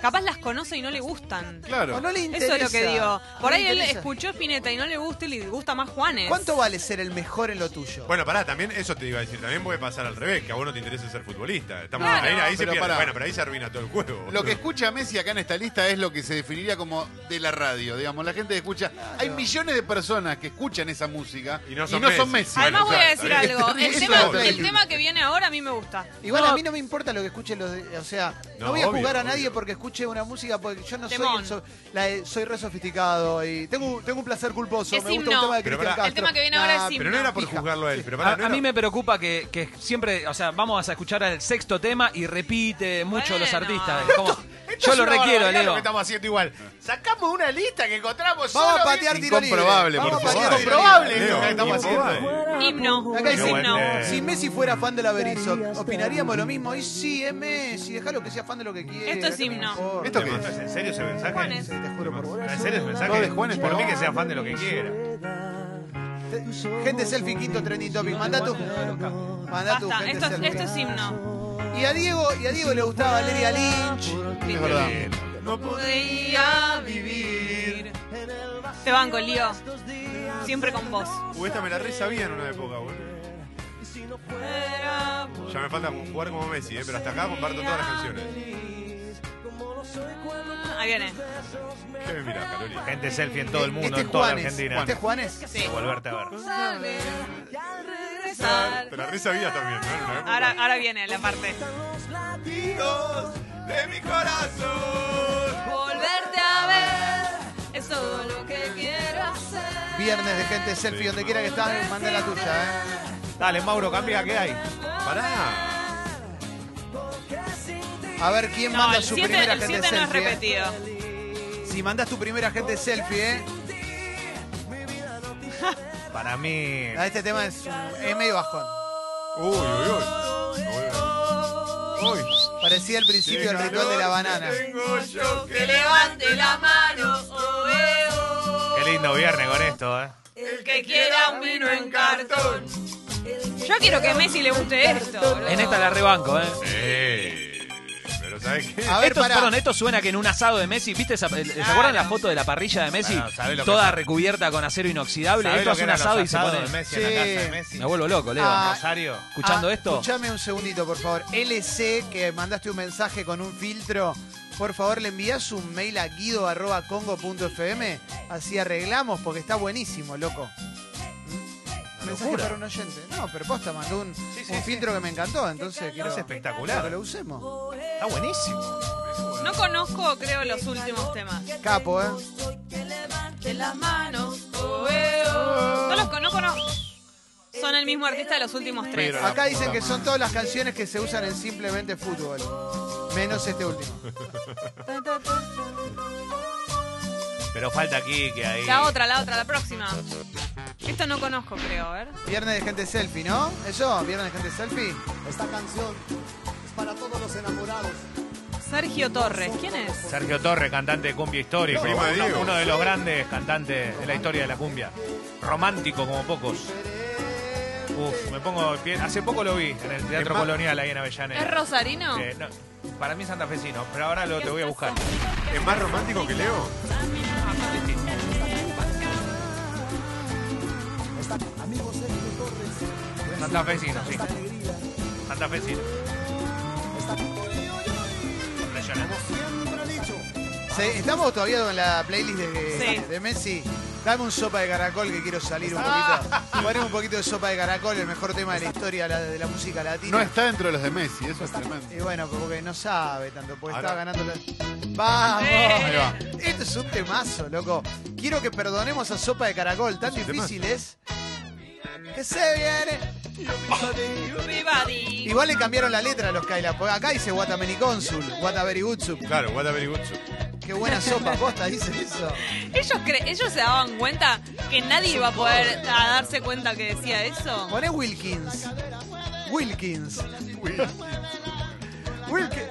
S2: capaz las conoce y no le gustan.
S4: Claro.
S1: O no le
S2: Eso
S1: interesa.
S2: es lo que digo.
S1: No
S2: Por
S1: le
S2: ahí él
S1: interesa.
S2: escuchó Spinetta y no le gusta y le gusta más Juanes.
S1: ¿Cuánto vale ser el mejor en lo tuyo?
S7: Bueno, pará, también eso te iba a decir. También puede pasar al revés, que a vos no te interesa ser futbolista. Estamos
S2: Claro.
S7: ahí, ahí se
S4: Pero
S7: pierde.
S4: pará.
S7: Bueno, pero ahí se arruina todo el juego.
S4: Lo que escucha Messi acá en esta lista es lo que se definiría como de la radio, digamos. La gente que escucha. Hay millones de personas que escuchan esa música
S7: Y no son Messi.
S2: Además
S7: Bueno,
S2: voy a
S7: claro,
S2: decir
S7: está bien.
S2: algo. El
S4: Eso
S2: tema,
S4: es
S2: el
S4: horrible.
S2: tema que viene ahora a mí me gusta.
S1: Igual a mí no me importa lo que escuche los de- o sea, no,
S7: No,
S1: voy a
S7: obvio,
S1: jugar a
S7: obvio.
S1: nadie porque escuche una música porque yo no soy
S2: Temón.
S1: el so- la de- soy re sofisticado y tengo, tengo un placer culposo,
S2: Es
S1: me gusta
S2: himno.
S1: un tema de
S7: Pero
S1: Cristian
S7: pará.
S1: Castro.
S2: El tema que viene
S1: Nah,
S2: ahora es
S7: Pero no era por
S1: Pija.
S7: juzgarlo a él.
S6: A,
S7: Pero pará, no
S6: a
S7: era-
S6: mí me preocupa que, que siempre, o sea, vamos a escuchar el sexto tema y repite mucho los
S2: Bueno.
S6: artistas.
S3: Esto-
S6: Como,
S3: esto
S6: yo
S3: es
S6: lo
S3: una
S6: requiero,
S3: barbaridad Lo
S6: Leo.
S3: que estamos haciendo igual. Sacamos una lista que encontramos
S1: Vamos a
S3: solo
S1: patear
S3: bien-
S1: tiro libre.
S4: Incomprobable,
S1: Vamos
S4: por
S1: a patear
S4: favor.
S1: tiro libre.
S3: Incomprobable
S7: Leo,
S3: lo que estamos
S7: incomprobable.
S3: haciendo.
S2: Himno.
S1: Acá dice,
S2: Himno.
S7: bueno.
S1: si Messi fuera fan de la Berizzo, opinaríamos lo mismo. Y sí, es Messi, dejalo que sea fan de lo que quiera.
S2: Esto es
S1: ¿qué me
S2: himno.
S1: importa?
S4: ¿Esto qué es?
S3: ¿En serio ese mensaje?
S2: Juanes.
S1: Te juro por vos.
S3: ¿En serio ese mensaje?
S4: No, de Juanes,
S3: por
S4: no.
S3: mí que sea fan de lo que quiera.
S1: Te- Gente selfie, quinto trending topic. Mandá tu, mandá tu
S2: Basta.
S1: gente
S2: Esto, es-
S1: selfie.
S2: esto es himno.
S1: Y a Diego, y a Diego le gustaba Valeria Lynch.
S4: Es verdad.
S7: No puedo-
S2: Podía vivir. Te banco, lío. Siempre con vos.
S7: Uh, Esta me la re sabía en una época, boludo. Ya me falta jugar como Messi, eh, pero hasta acá comparto todas las canciones.
S2: Ahí viene.
S7: ¿Qué me mirás, Caroli?
S3: Gente selfie en todo el mundo,
S1: Este es
S3: en toda la
S1: Juanes.
S3: Argentina.
S1: Este es Juanes.
S2: Sí.
S3: Volverte a ver.
S7: Te la re sabía también, ¿no? En una
S6: Ah.
S7: época.
S2: Ahora, ahora viene la parte.
S7: Latidos de mi corazón.
S2: Volverte a ver es todo lo que quiero hacer.
S1: Viernes de gente selfie, donde quiera que estás, mandá la tuya, eh.
S3: Dale, Mauro, cambia, ¿qué hay?
S7: Pará.
S1: A ver quién
S2: No,
S1: manda
S2: el
S1: su
S2: 7
S1: primera
S2: el
S1: gente
S2: siete no es
S1: selfie. eh.
S2: repetido.
S1: Si mandás tu primera gente selfie, eh.
S3: Para mí.
S1: Ah, Este tema es, un- es medio bajón.
S7: Uy, uy, uy. Uy. Uy.
S1: Parecía al principio el ritual de la banana.
S7: Tengo yo que
S2: levante la mano, oh, eh,
S3: Qué lindo viernes con esto, ¿eh?
S2: El que quiera un vino en cartón. Yo quiero que a Messi le guste esto, boludo.
S6: En esta la rebanco, ¿eh?
S7: Eh, pero ¿sabes qué?
S1: A ver,
S6: esto,
S1: pará.
S6: perdón, esto suena que en un asado de Messi, ¿viste? esa- el- ¿Se
S2: Claro.
S6: acuerdan la foto de la parrilla de Messi?
S3: Claro, Ah, ¿sabés lo que
S6: Toda
S3: son?
S6: recubierta con acero inoxidable.
S3: ¿Sabés
S6: Esto
S3: lo
S6: es
S3: que
S6: un
S3: eran los
S6: asado y se
S3: asados de
S6: pone.
S3: Messi en la
S1: Sí.
S3: casa de Messi?
S6: Me vuelvo loco, Leo.
S1: Ah,
S3: Rosario.
S6: ¿Escuchando
S1: Ah,
S6: esto?
S1: Escuchame un segundito, por favor. LC, que mandaste un mensaje con un filtro. Por favor, le envías un mail a guido.congo.fm. Así arreglamos, porque está buenísimo, loco.
S3: Una
S1: Mensaje
S3: locura.
S1: para un oyente. No, pero posta, mandó un,
S3: Sí, sí,
S1: un
S3: sí.
S1: filtro que me encantó. Entonces, quiero,
S3: Es espectacular.
S1: Que lo usemos.
S3: Está buenísimo.
S2: No conozco, creo, los últimos temas.
S1: Capo, ¿eh?
S2: oh, eh, No los conozco, no. Son el mismo artista de los últimos tres.
S3: Pero-
S1: Acá dicen que son todas las canciones que se usan en simplemente fútbol. Menos este último.
S3: Pero falta aquí que ahí.
S2: La otra, la otra, la próxima. Esto no conozco, creo, a ver.
S1: Viernes de gente selfie, ¿no? ¿Eso? ¿Viernes de gente selfie?
S8: Esta canción es para todos los enamorados.
S2: Sergio Torres, ¿quién es?
S3: Sergio Torres, cantante de cumbia histórico.
S7: Prima de
S3: Uno,
S7: Diego.
S3: uno de los grandes cantantes de la historia de la cumbia. Romántico como pocos. Uf, me pongo de pie. Hace poco lo vi en el Teatro
S7: más-
S3: Colonial ahí en
S2: ¿Es
S3: Avellaneda.
S2: Rosarino?
S3: Eh, no, para mí es santafesino, pero ahora lo te voy a buscar.
S7: ¿Es más romántico que Leo?
S8: Esta, amigos Sergio Torres.
S3: Santafesino, sí.
S8: Esta alegría.
S3: Santafesino.
S8: Esta,
S3: Impresionante.
S8: siempre he dicho.
S1: Sí, estamos todavía con la playlist de,
S2: Sí.
S1: de Messi. Dame un sopa de caracol que quiero salir un poquito. Ponemos un poquito de sopa de caracol, el mejor tema de la historia la- de la música latina.
S4: No está dentro de los de Messi, eso es tremendo.
S1: Y bueno, porque no sabe tanto, porque
S7: Ahora-
S1: estaba ganando la... ¡Vamos!
S2: Eh.
S1: Ahí va. Esto es un temazo, loco. Quiero que perdonemos a Sopa de Caracol, tan difícil es. Que se viene.
S2: Everybody.
S1: Igual le cambiaron la letra a los Kaila, porque acá dice Watameni Consul, Wataberi Gutsup.
S7: Claro, what a very good show.
S1: Qué buena sopa, posta, dice eso.
S2: ¿Ellos, cre- ¿Ellos se daban cuenta que nadie iba a poder a darse cuenta que decía eso?
S1: Poné Wilkins. Wilkins. Wilkins.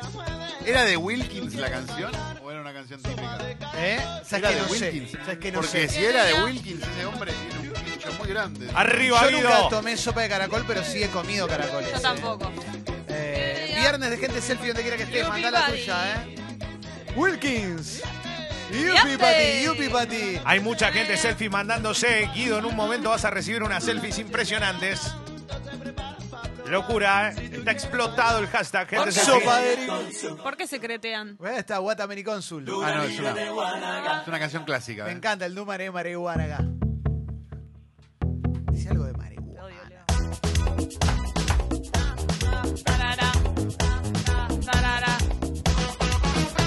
S4: ¿Era de Wilkins la canción o era una canción típica?
S1: ¿Eh? ¿Sabes
S4: ¿Era
S1: que
S4: de
S1: no sé?
S4: Wilkins?
S1: ¿Sabes que no sé?
S4: Porque si era de Wilkins, ese hombre tiene un pincho muy grande.
S3: Arriba,
S1: Yo nunca
S3: Guido.
S1: tomé sopa de caracol, pero sí he comido caracoles.
S2: Yo tampoco.
S1: Eh, viernes de gente selfie donde quiera que estés, mandá la tuya, ¿eh? Wilkins. Yupi
S2: Yupi.
S1: Pati, Yupi Pati.
S3: Hay mucha gente selfie mandándose. Guido, en un momento vas a recibir unas selfies impresionantes. Locura, ¿eh? Está explotado el hashtag. Gente
S2: Por
S3: selfie.
S1: Sopa de...
S2: ¿Por qué secretean?
S1: Bueno, está Watameni Consul.
S4: Ah, no, es una, es una canción clásica.
S1: Me
S4: ¿eh?
S1: encanta el número de marihuana acá. Dice algo de
S2: Te
S1: marihuana.
S2: odio, Leo. Tarara, ta, tarara.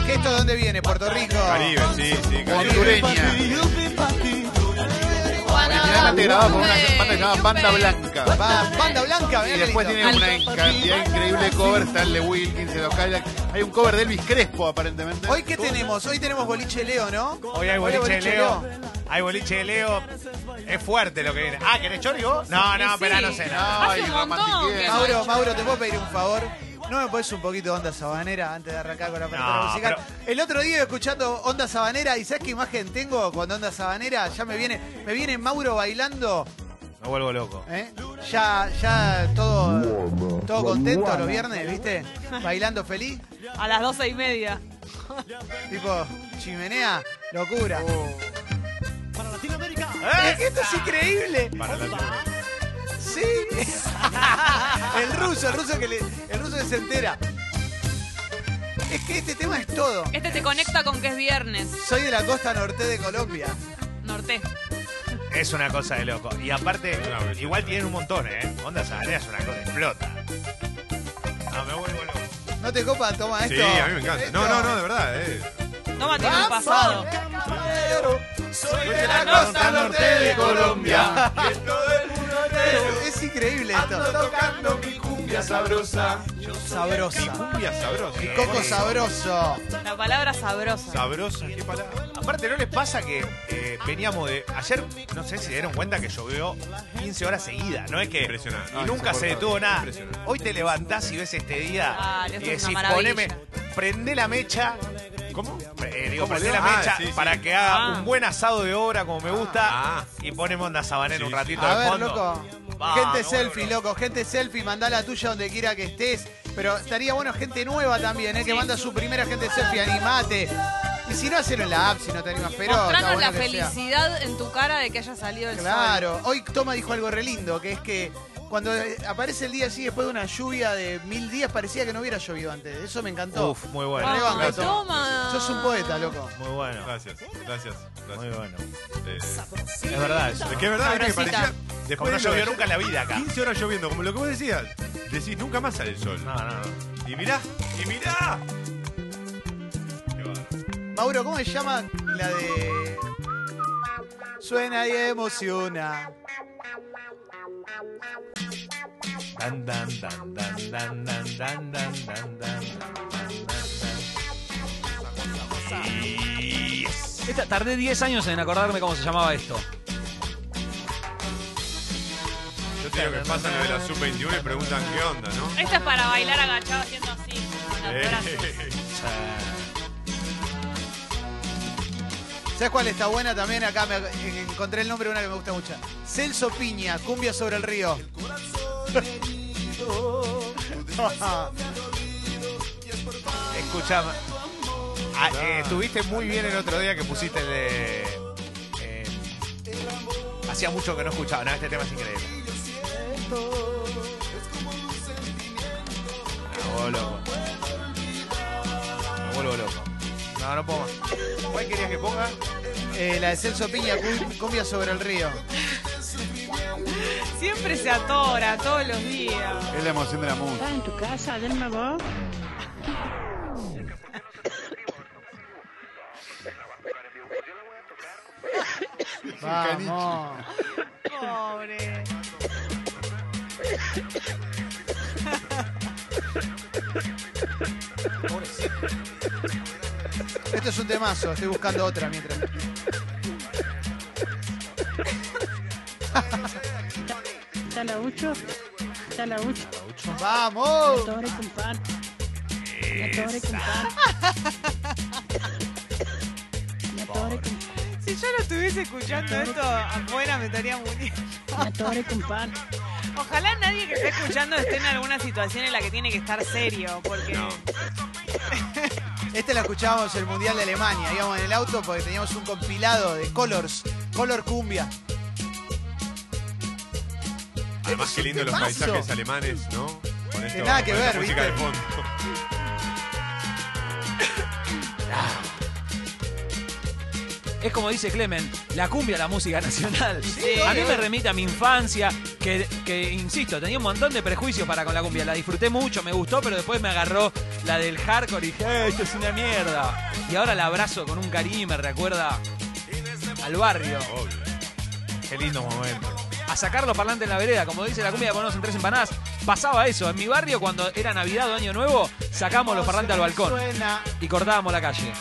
S1: ¿Qué esto de dónde viene? ¿Puerto Rico?
S3: Ah.
S7: Caribe, sí, sí, Caribe.
S4: Hondureña.
S2: Guarda,
S4: Originalmente grabada por una
S2: yupe,
S4: banda llamada Banda
S2: yupe.
S4: Blanca.
S1: Va, banda blanca, mirá
S4: Y
S1: qué
S4: después
S1: lindo.
S4: tiene una cantidad increíble de covers. Está el de Wilkins, el de los Cadillacs. Hay un cover de Elvis Crespo, aparentemente.
S1: Hoy qué tenemos? Hoy tenemos boliche Leo, ¿no?
S3: Hoy hay boliche de Leo. Hay boliche de Leo. Es fuerte lo que viene. Ah, ¿querés chori vos? No, no,
S2: Sí.
S3: espera, no sé. No.
S4: Ay,
S2: Hace un montón
S4: romantiqueo.
S2: que no-
S1: Mauro, Mauro, ¿te puedo pedir un favor? ¿No me pones un poquito de onda sabanera antes de arrancar con la apertura
S3: No,
S1: musical? El otro día iba escuchando onda sabanera y ¿sabes qué imagen tengo cuando onda sabanera? Ya me viene, me viene Mauro bailando,
S3: Me vuelvo loco.
S1: ¿eh? Ya, ya todo, todo contento los viernes, ¿viste? Bailando feliz,
S2: A las doce y media.
S1: tipo chimenea, locura.
S3: Oh.
S8: Para Latinoamérica.
S1: Es que esto es increíble.
S7: Para la-
S1: Sí. El ruso, el ruso que le- el ruso que se entera. Es que este tema es todo.
S2: Este te conecta con que es viernes.
S1: Soy de la costa norte de Colombia.
S2: Norte.
S3: Es una cosa de loco. Y aparte, igual tienen un montón, ¿eh? Onda Sabanera es una cosa. Explota. No, me vuelvo loco.
S1: ¿No te copa? Toma esto.
S7: Sí, a mí me encanta. No, no, no, de verdad. Eh.
S2: Tómate
S1: Ah,
S2: un pasado.
S1: Soy
S3: de la costa norte de
S1: Colombia. Es increíble
S3: Ando
S1: esto.
S3: tocando mi cumbia sabrosa. Mi
S1: Sabrosa.
S3: cumbia sabrosa.
S1: Mi
S7: eh.
S1: coco sabroso.
S2: La palabra sabrosa.
S3: Sabrosa, qué palabra. Aparte, ¿no les pasa que eh, veníamos de. Ayer, no sé si se dieron cuenta que llovió 15 horas seguidas, ¿no es que.
S7: Impresionante.
S3: Y
S7: Ah,
S3: nunca se
S7: insoportable.
S3: detuvo nada.
S7: Impresionante.
S3: Hoy te levantás y ves este día
S2: Ah,
S3: y
S2: esto es
S3: decís,
S2: una maravilla.
S3: poneme, prende la mecha. ¿Cómo? digo,
S7: ¿Cómo
S3: prende
S7: le
S3: la
S7: va? Ah,
S3: mecha
S7: sí, sí.
S3: para que haga
S2: Ah.
S3: un buen asado de obra como me gusta
S7: Ah.
S3: y ponemos onda sabanera
S7: Sí,
S3: un
S7: sí.
S3: ratito
S1: A
S3: de
S1: ver,
S3: fondo. Ah,
S1: loco.
S3: Vamos,
S1: gente
S3: boludo.
S1: selfie, loco. Gente selfie, mandá la tuya donde quiera que estés. Pero estaría bueno gente nueva también, ¿eh? que
S2: Sí.
S1: manda su primera gente selfie. Animate. Y si no, hacelo en la app si no te animas. Pero está
S2: Mostranos
S1: bueno
S2: la
S1: que sea.
S2: felicidad en tu cara de que haya salido el sol.
S1: Claro. Hoy Toma dijo algo re lindo, que es que cuando eh, aparece el día así después de una lluvia de mil días, parecía que no hubiera llovido antes. Eso me encantó.
S3: Uf, muy bueno.
S1: Re
S2: Vamos,
S1: banco,
S7: Gracias.
S1: Toma.
S2: toma.
S1: Sos un poeta, loco.
S3: Muy bueno.
S7: Gracias, gracias,
S3: Muy
S7: gracias.
S3: bueno.
S7: Eh,
S3: Es verdad eso.
S7: es que es verdad, ¿viste? que
S2: Sabrosita.
S7: parecía.
S3: Como
S7: Después
S3: no
S7: de lo de
S3: llovió
S7: ayer,
S3: nunca en la vida acá.
S7: 15 horas lloviendo, como lo que vos decías. Decís, nunca más sale el sol.
S3: No, no, no.
S7: Y mirá, y mirá. Qué bárbaro.
S1: Mauro, ¿cómo se llama la de. Suena y emociona.
S3: Dan, dan, dan, dan, dan, dan, dan, dan, dan, dan.
S6: Esta- tardé 10 años en acordarme cómo se llamaba esto.
S7: Yo te digo que pasa lo de la sub-21 y preguntan qué onda, ¿no?
S2: Esta es para bailar agachado haciendo así. con los brazos.
S7: Eh,
S1: ¿Sabes cuál está buena también? Acá me eh, encontré el nombre de una que me gusta mucho. Celso Piña, Cumbia sobre el río.
S3: Escuchame. Ah, eh, estuviste muy bien el otro día que pusiste el de. eh, hacía mucho que no escuchaba. No, este tema es increíble. Me vuelvo Ah, loco. Me vuelvo loco. No, no puedo más. ¿Cuál querías que ponga?
S1: Eh, la de Celso Piña, cum- Cumbia sobre el río.
S2: Siempre se atora, todos los días.
S4: Es la emoción de la música.
S9: ¿Estás en tu casa? Denme vos.
S1: Vamos.
S2: Pobre.
S1: Esto es un temazo, estoy buscando otra mientras.
S9: ¿Está la ucho? ¿Está la ucho?
S1: ¡Vamos!
S9: Torre compadre. La torre compadre. La torre compadre.
S2: Si yo no estuviese escuchando esto, afuera me estaría muriendo.
S9: La torre compadre.
S2: Ojalá nadie que esté escuchando esté en alguna situación en la que tiene que estar serio, porque
S1: Este la escuchábamos en el Mundial de Alemania, íbamos en el auto porque teníamos un compilado de Colors, Color Cumbia.
S7: Además, qué lindo los
S1: temazo.
S7: paisajes alemanes, ¿no? Con esto,
S1: nada que
S7: con esta
S1: ver,
S7: música
S1: ¿viste?
S7: de fondo.
S6: Es como dice Clemen, la cumbia, la música nacional.
S2: Sí.
S6: A mí me remite a mi infancia, que, que, insisto, tenía un montón de prejuicios para con la cumbia. La disfruté mucho, me gustó, pero después me agarró la del hardcore y dije, "Eh, esto es una mierda. Y ahora la abrazo con un cariño y me recuerda al barrio.
S3: Qué lindo momento.
S6: A sacar los parlantes en la vereda, como dice la cumbia, ponernos en tres empanadas. Pasaba eso. En mi barrio, cuando era Navidad o Año Nuevo, sacamos los parlantes al balcón
S1: Suena,
S6: y cortábamos la calle.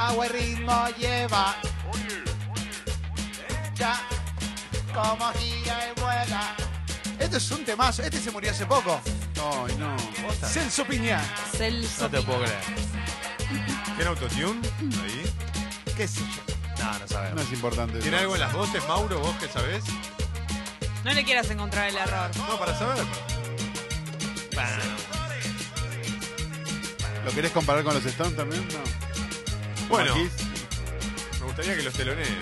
S1: agua y ritmo lleva. Ya, como gira y vuela. Esto es un temazo, este se murió hace poco.
S4: Ay, no.
S1: Celso Piña.
S2: Celso
S3: No te puedo creer.
S7: ¿Tiene autotune? Ahí.
S1: ¿Qué sé yo?
S3: No, no sabemos.
S4: No es importante.
S7: ¿Tiene algo en las voces, Mauro? ¿Vos qué sabés?
S2: no le quieras encontrar el error.
S7: No, para saber.
S4: ¿Lo querés comparar con los Stones también? No.
S7: Bueno,
S4: Como Kiss.
S7: me gustaría que los teloneen.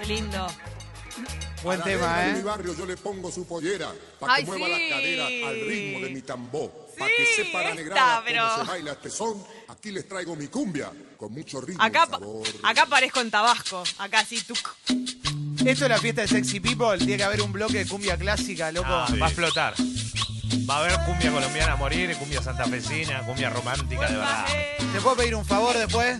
S2: Qué lindo.
S1: Buen
S5: la
S1: tema,
S5: reina de
S1: ¿eh?
S5: mi barrio yo le pongo su pollera para
S2: Ay,
S5: que mueva
S2: sí.
S5: las caderas al ritmo de mi tambor. para
S2: Sí,
S5: que sepa la
S2: esta,
S5: negrada
S2: pero-
S5: cómo se baila este son. Aquí les traigo mi cumbia con mucho ritmo y
S2: Acá, pa-
S5: sabor.
S2: acá parezco en Tabasco. Acá sí, tú.
S1: eh. Esto es la fiesta de Sexy People, tiene que haber un bloque de cumbia clásica, loco.
S3: Ah, Va a explotar. Va a haber cumbia colombiana a morir, cumbia santafesina, cumbia romántica, de verdad.
S1: ¿Te puedo pedir un favor después?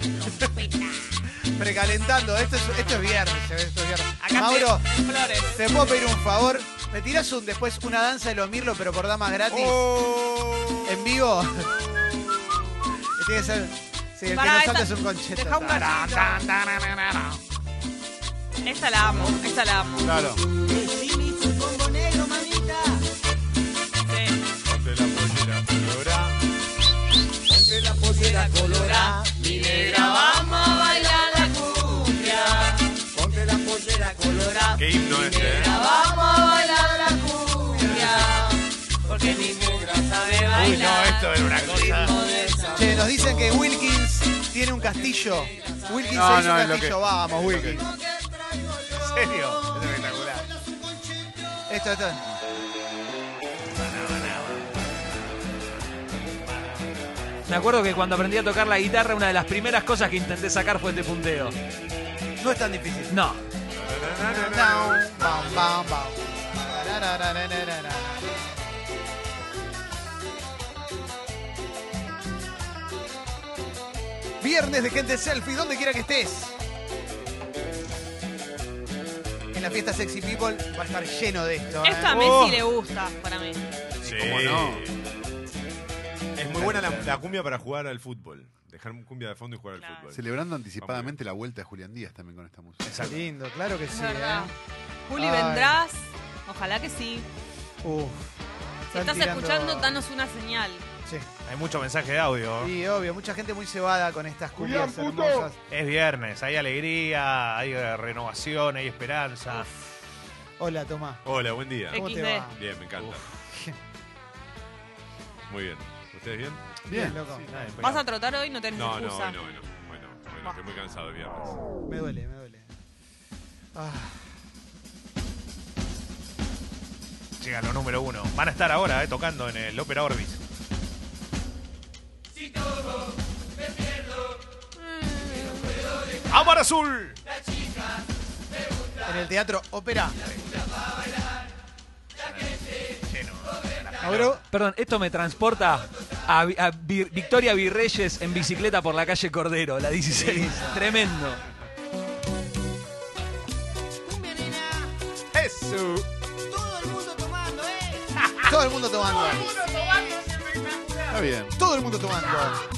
S1: Precalentando, esto es, esto es viernes, se ve, esto es viernes.
S2: Acá
S1: Mauro,
S2: te- Flores.
S1: ¿te puedo pedir un favor? ¿Me tirás un, después una danza de los Mirlo, pero por damas gratis?
S7: Oh.
S1: ¿En vivo? Tiene que ser... Sí, el
S2: Pará,
S1: que no
S2: esta-
S1: salta es un concheto.
S2: Dejá un cachito. Esta la amo, esta la amo.
S4: Claro.
S2: Sí.
S7: De la pollera colorada.
S2: Negra colorá, mi negra, vamos a bailar la cumbia.
S8: Ponte la pollera colorada.
S7: Qué himno este, ¿eh?
S2: Vamos a bailar la cumbia. Porque mi negra sabe bailar.
S3: Uy, no, esto era una cosa.
S1: Che, nos dicen que Wilkins tiene un castillo. Wilkins
S4: No,
S1: se hizo
S4: no, es
S1: un
S4: lo
S1: castillo,
S4: que-
S1: vamos,
S4: es lo que-
S1: Wilkins.
S3: En serio, es espectacular.
S1: Esto, esto.
S6: Me acuerdo que cuando aprendí a tocar la guitarra, una de las primeras cosas que intenté sacar fue este punteo.
S1: No es tan difícil.
S6: No.
S1: Down, bam, bam, bam. Tarararararara. Viernes de gente selfie, donde quiera que estés. En la fiesta Sexy People va a estar lleno de esto. ¿eh?
S2: Esto a
S3: Oh.
S2: Messi le gusta, para mí.
S7: Sí.
S4: ¿Cómo no?
S7: Es muy buena la, la cumbia para jugar al fútbol. Dejar cumbia de fondo y jugar
S2: Claro.
S7: al fútbol.
S4: Celebrando anticipadamente la vuelta de Julián Díaz también con esta música.
S1: Lindo, claro que
S2: Es
S1: sí.
S2: verdad.
S1: ¿eh?
S2: Juli,
S1: Ay.
S2: vendrás. Ojalá que sí.
S1: Uf.
S2: Si
S1: Están
S2: estás
S1: tirando-
S2: escuchando, danos una señal.
S1: Sí.
S3: Hay mucho mensaje de audio.
S1: Sí, obvio, mucha gente muy cebada con estas cumbias hermosas.
S3: Es viernes, hay alegría, hay eh, renovación, hay esperanza.
S1: Hola, Tomás.
S7: Hola, buen día.
S1: ¿Cómo te
S2: XD.
S1: va?
S7: Bien, me encanta. Muy bien. ¿Ustedes bien?
S1: Bien, loco.
S3: Nada, espera.
S2: ¿Vas a trotar hoy? No tenés
S7: No, no,
S2: excusa.
S7: hoy no, hoy no. Hoy no, hoy no, Estoy muy cansado de viernes.
S1: Me duele, me duele. Ah,
S3: Llega lo número uno. Van a estar ahora eh, tocando en el Ópera Orbis. ¡Ámbar azul!
S1: en el teatro ópera.
S3: Lleno.
S1: Mauro,
S6: Perdón, esto me transporta a, Vi- a Vi- Victoria Virreyes en bicicleta por la calle Cordero, la 16. Tremendo.
S3: ¡Eso!
S8: Todo el mundo tomando, ¿eh?
S1: todo el mundo tomando.
S4: Está bien.
S1: Todo el mundo tomando.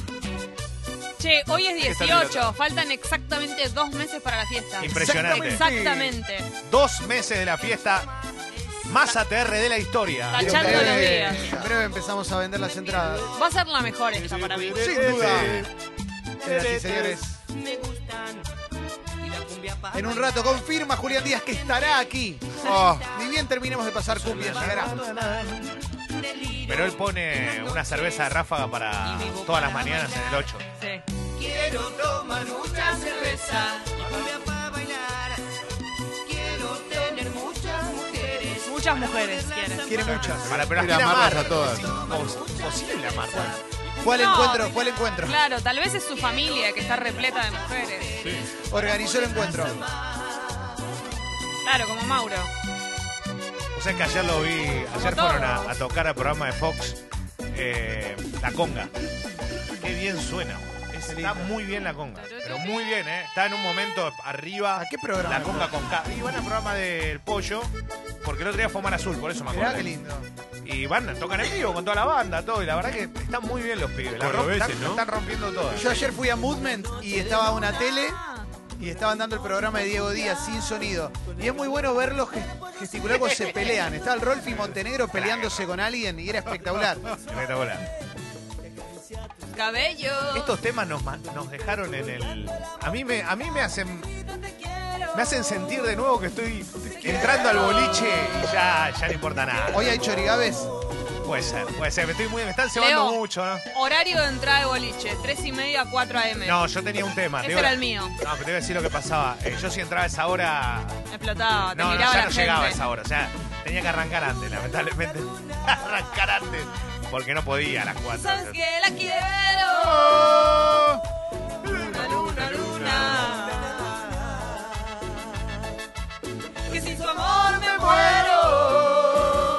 S2: Che, hoy es
S4: Está
S2: 18. Faltan exactamente dos meses para la fiesta.
S3: Impresionante.
S2: Exactamente.
S3: Dos meses de la fiesta más ATR de la historia.
S2: Tachá. Echando los
S1: Eh,
S2: días.
S1: En breve empezamos a vender las entradas. eh,
S2: Va a ser la mejor esta para mí.
S1: Sin duda. Señoras y señores,
S8: Me gustan. Y la cumbia para
S1: en un rato confirma Julián Díaz que estará aquí.
S4: Oh,
S1: Ni bien terminemos de pasar cumbia, llegará.
S3: Pero él pone una cerveza de ráfaga para todas las mañanas en el 8.
S2: Sí.
S8: Quiero tomar mucha cerveza. Y cumbia para bailar. Quiero tener muchas mujeres.
S2: Muchas mujeres quieren.
S1: Quiere muchas.
S3: Para, pero
S4: Mira,
S3: aspira
S4: amarras
S3: mar.
S4: a todas.
S3: Es impos- Posible amarras.
S1: ¿Cuál
S2: No.
S1: encuentro? ¿Cuál encuentro?
S2: Claro, tal vez es su familia que está repleta de mujeres.
S1: Organizó el encuentro.
S2: Claro, como Mauro.
S3: O sea que ayer lo vi, ayer
S2: todo.
S3: fueron a, a tocar al programa de Fox eh, La Conga. Qué bien suena. Es- está muy bien la conga. Pero muy bien, ¿eh? Está en un momento arriba.
S1: ¿A qué programa?
S3: La conga con K. Y van al programa del pollo, porque el otro día fue Mar Azul, por eso me
S1: Mirá
S3: acuerdo.
S1: qué lindo.
S3: Y van, tocan en vivo con toda la banda, todo. Y la verdad que están muy bien los pibes. La romp-
S7: Cordobeses,
S3: están,
S7: ¿no?
S3: están rompiendo todo.
S1: Yo ayer fui a Movement y estaba una tele y estaban dando el programa de Diego Díaz sin sonido. Y es muy bueno verlos gest- gesticular cuando se pelean. Estaba el Rolfi Montenegro peleándose con alguien y era espectacular.
S3: Espectacular.
S2: Cabello.
S3: Estos temas nos, man- nos dejaron en el. A mí me, a mí me hacen Me hacen sentir de nuevo que estoy entrando al boliche y ya, ya no importa nada.
S1: Hoy hay chorigabes.
S3: Puede ser, puede ser. Me, estoy muy, me están cebando
S2: Leo.
S3: mucho, ¿no?
S2: Horario de entrada de boliche, 3 y media a 4 a.m.
S3: No, yo tenía un tema. te
S2: Ese
S3: iba-
S2: era el mío.
S3: No, pero te voy a decir lo que pasaba. Eh, yo si entraba a esa hora...
S2: Me explotaba, te
S3: No, no,
S2: miraba
S3: ya
S2: la
S3: no
S2: gente.
S3: llegaba a esa hora. O sea, tenía que arrancar antes, lamentablemente. arrancar antes. Porque no podía a las cuatro.
S2: Sabes que la quiero.
S3: ¡Oh!
S2: Luna, luna, luna. Que sin tu amor me muero.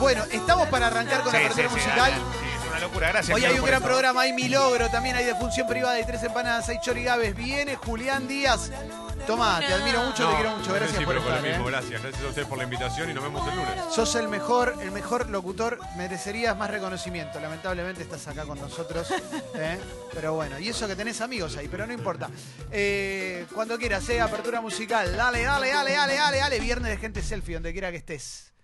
S1: Bueno, estamos para con
S3: Sí,
S1: la
S3: sí,
S1: apertura
S3: sí,
S1: musical.
S3: dale. Sí, es una locura, gracias.
S1: Hoy hay
S3: Flor,
S1: un
S3: por
S1: gran
S3: eso.
S1: programa, hay mi logro, también hay de función privada y tres empanadas, hay chorigaves, viene Julián Díaz. Toma, te admiro mucho, te
S7: No,
S1: quiero mucho,
S7: no sé
S1: gracias
S7: si,
S1: por
S7: pero con lo
S1: estar. ¿eh?
S7: mismo, gracias. Gracias a ustedes por la invitación y nos vemos el lunes.
S1: Sos el mejor, el mejor locutor, merecerías más reconocimiento. Lamentablemente estás acá con nosotros. ¿eh? Pero bueno, y eso que tenés amigos ahí, pero no importa. Eh, cuando quieras, eh, apertura musical. Dale, dale, dale, dale, dale, dale. Viernes de gente selfie, donde quiera que estés.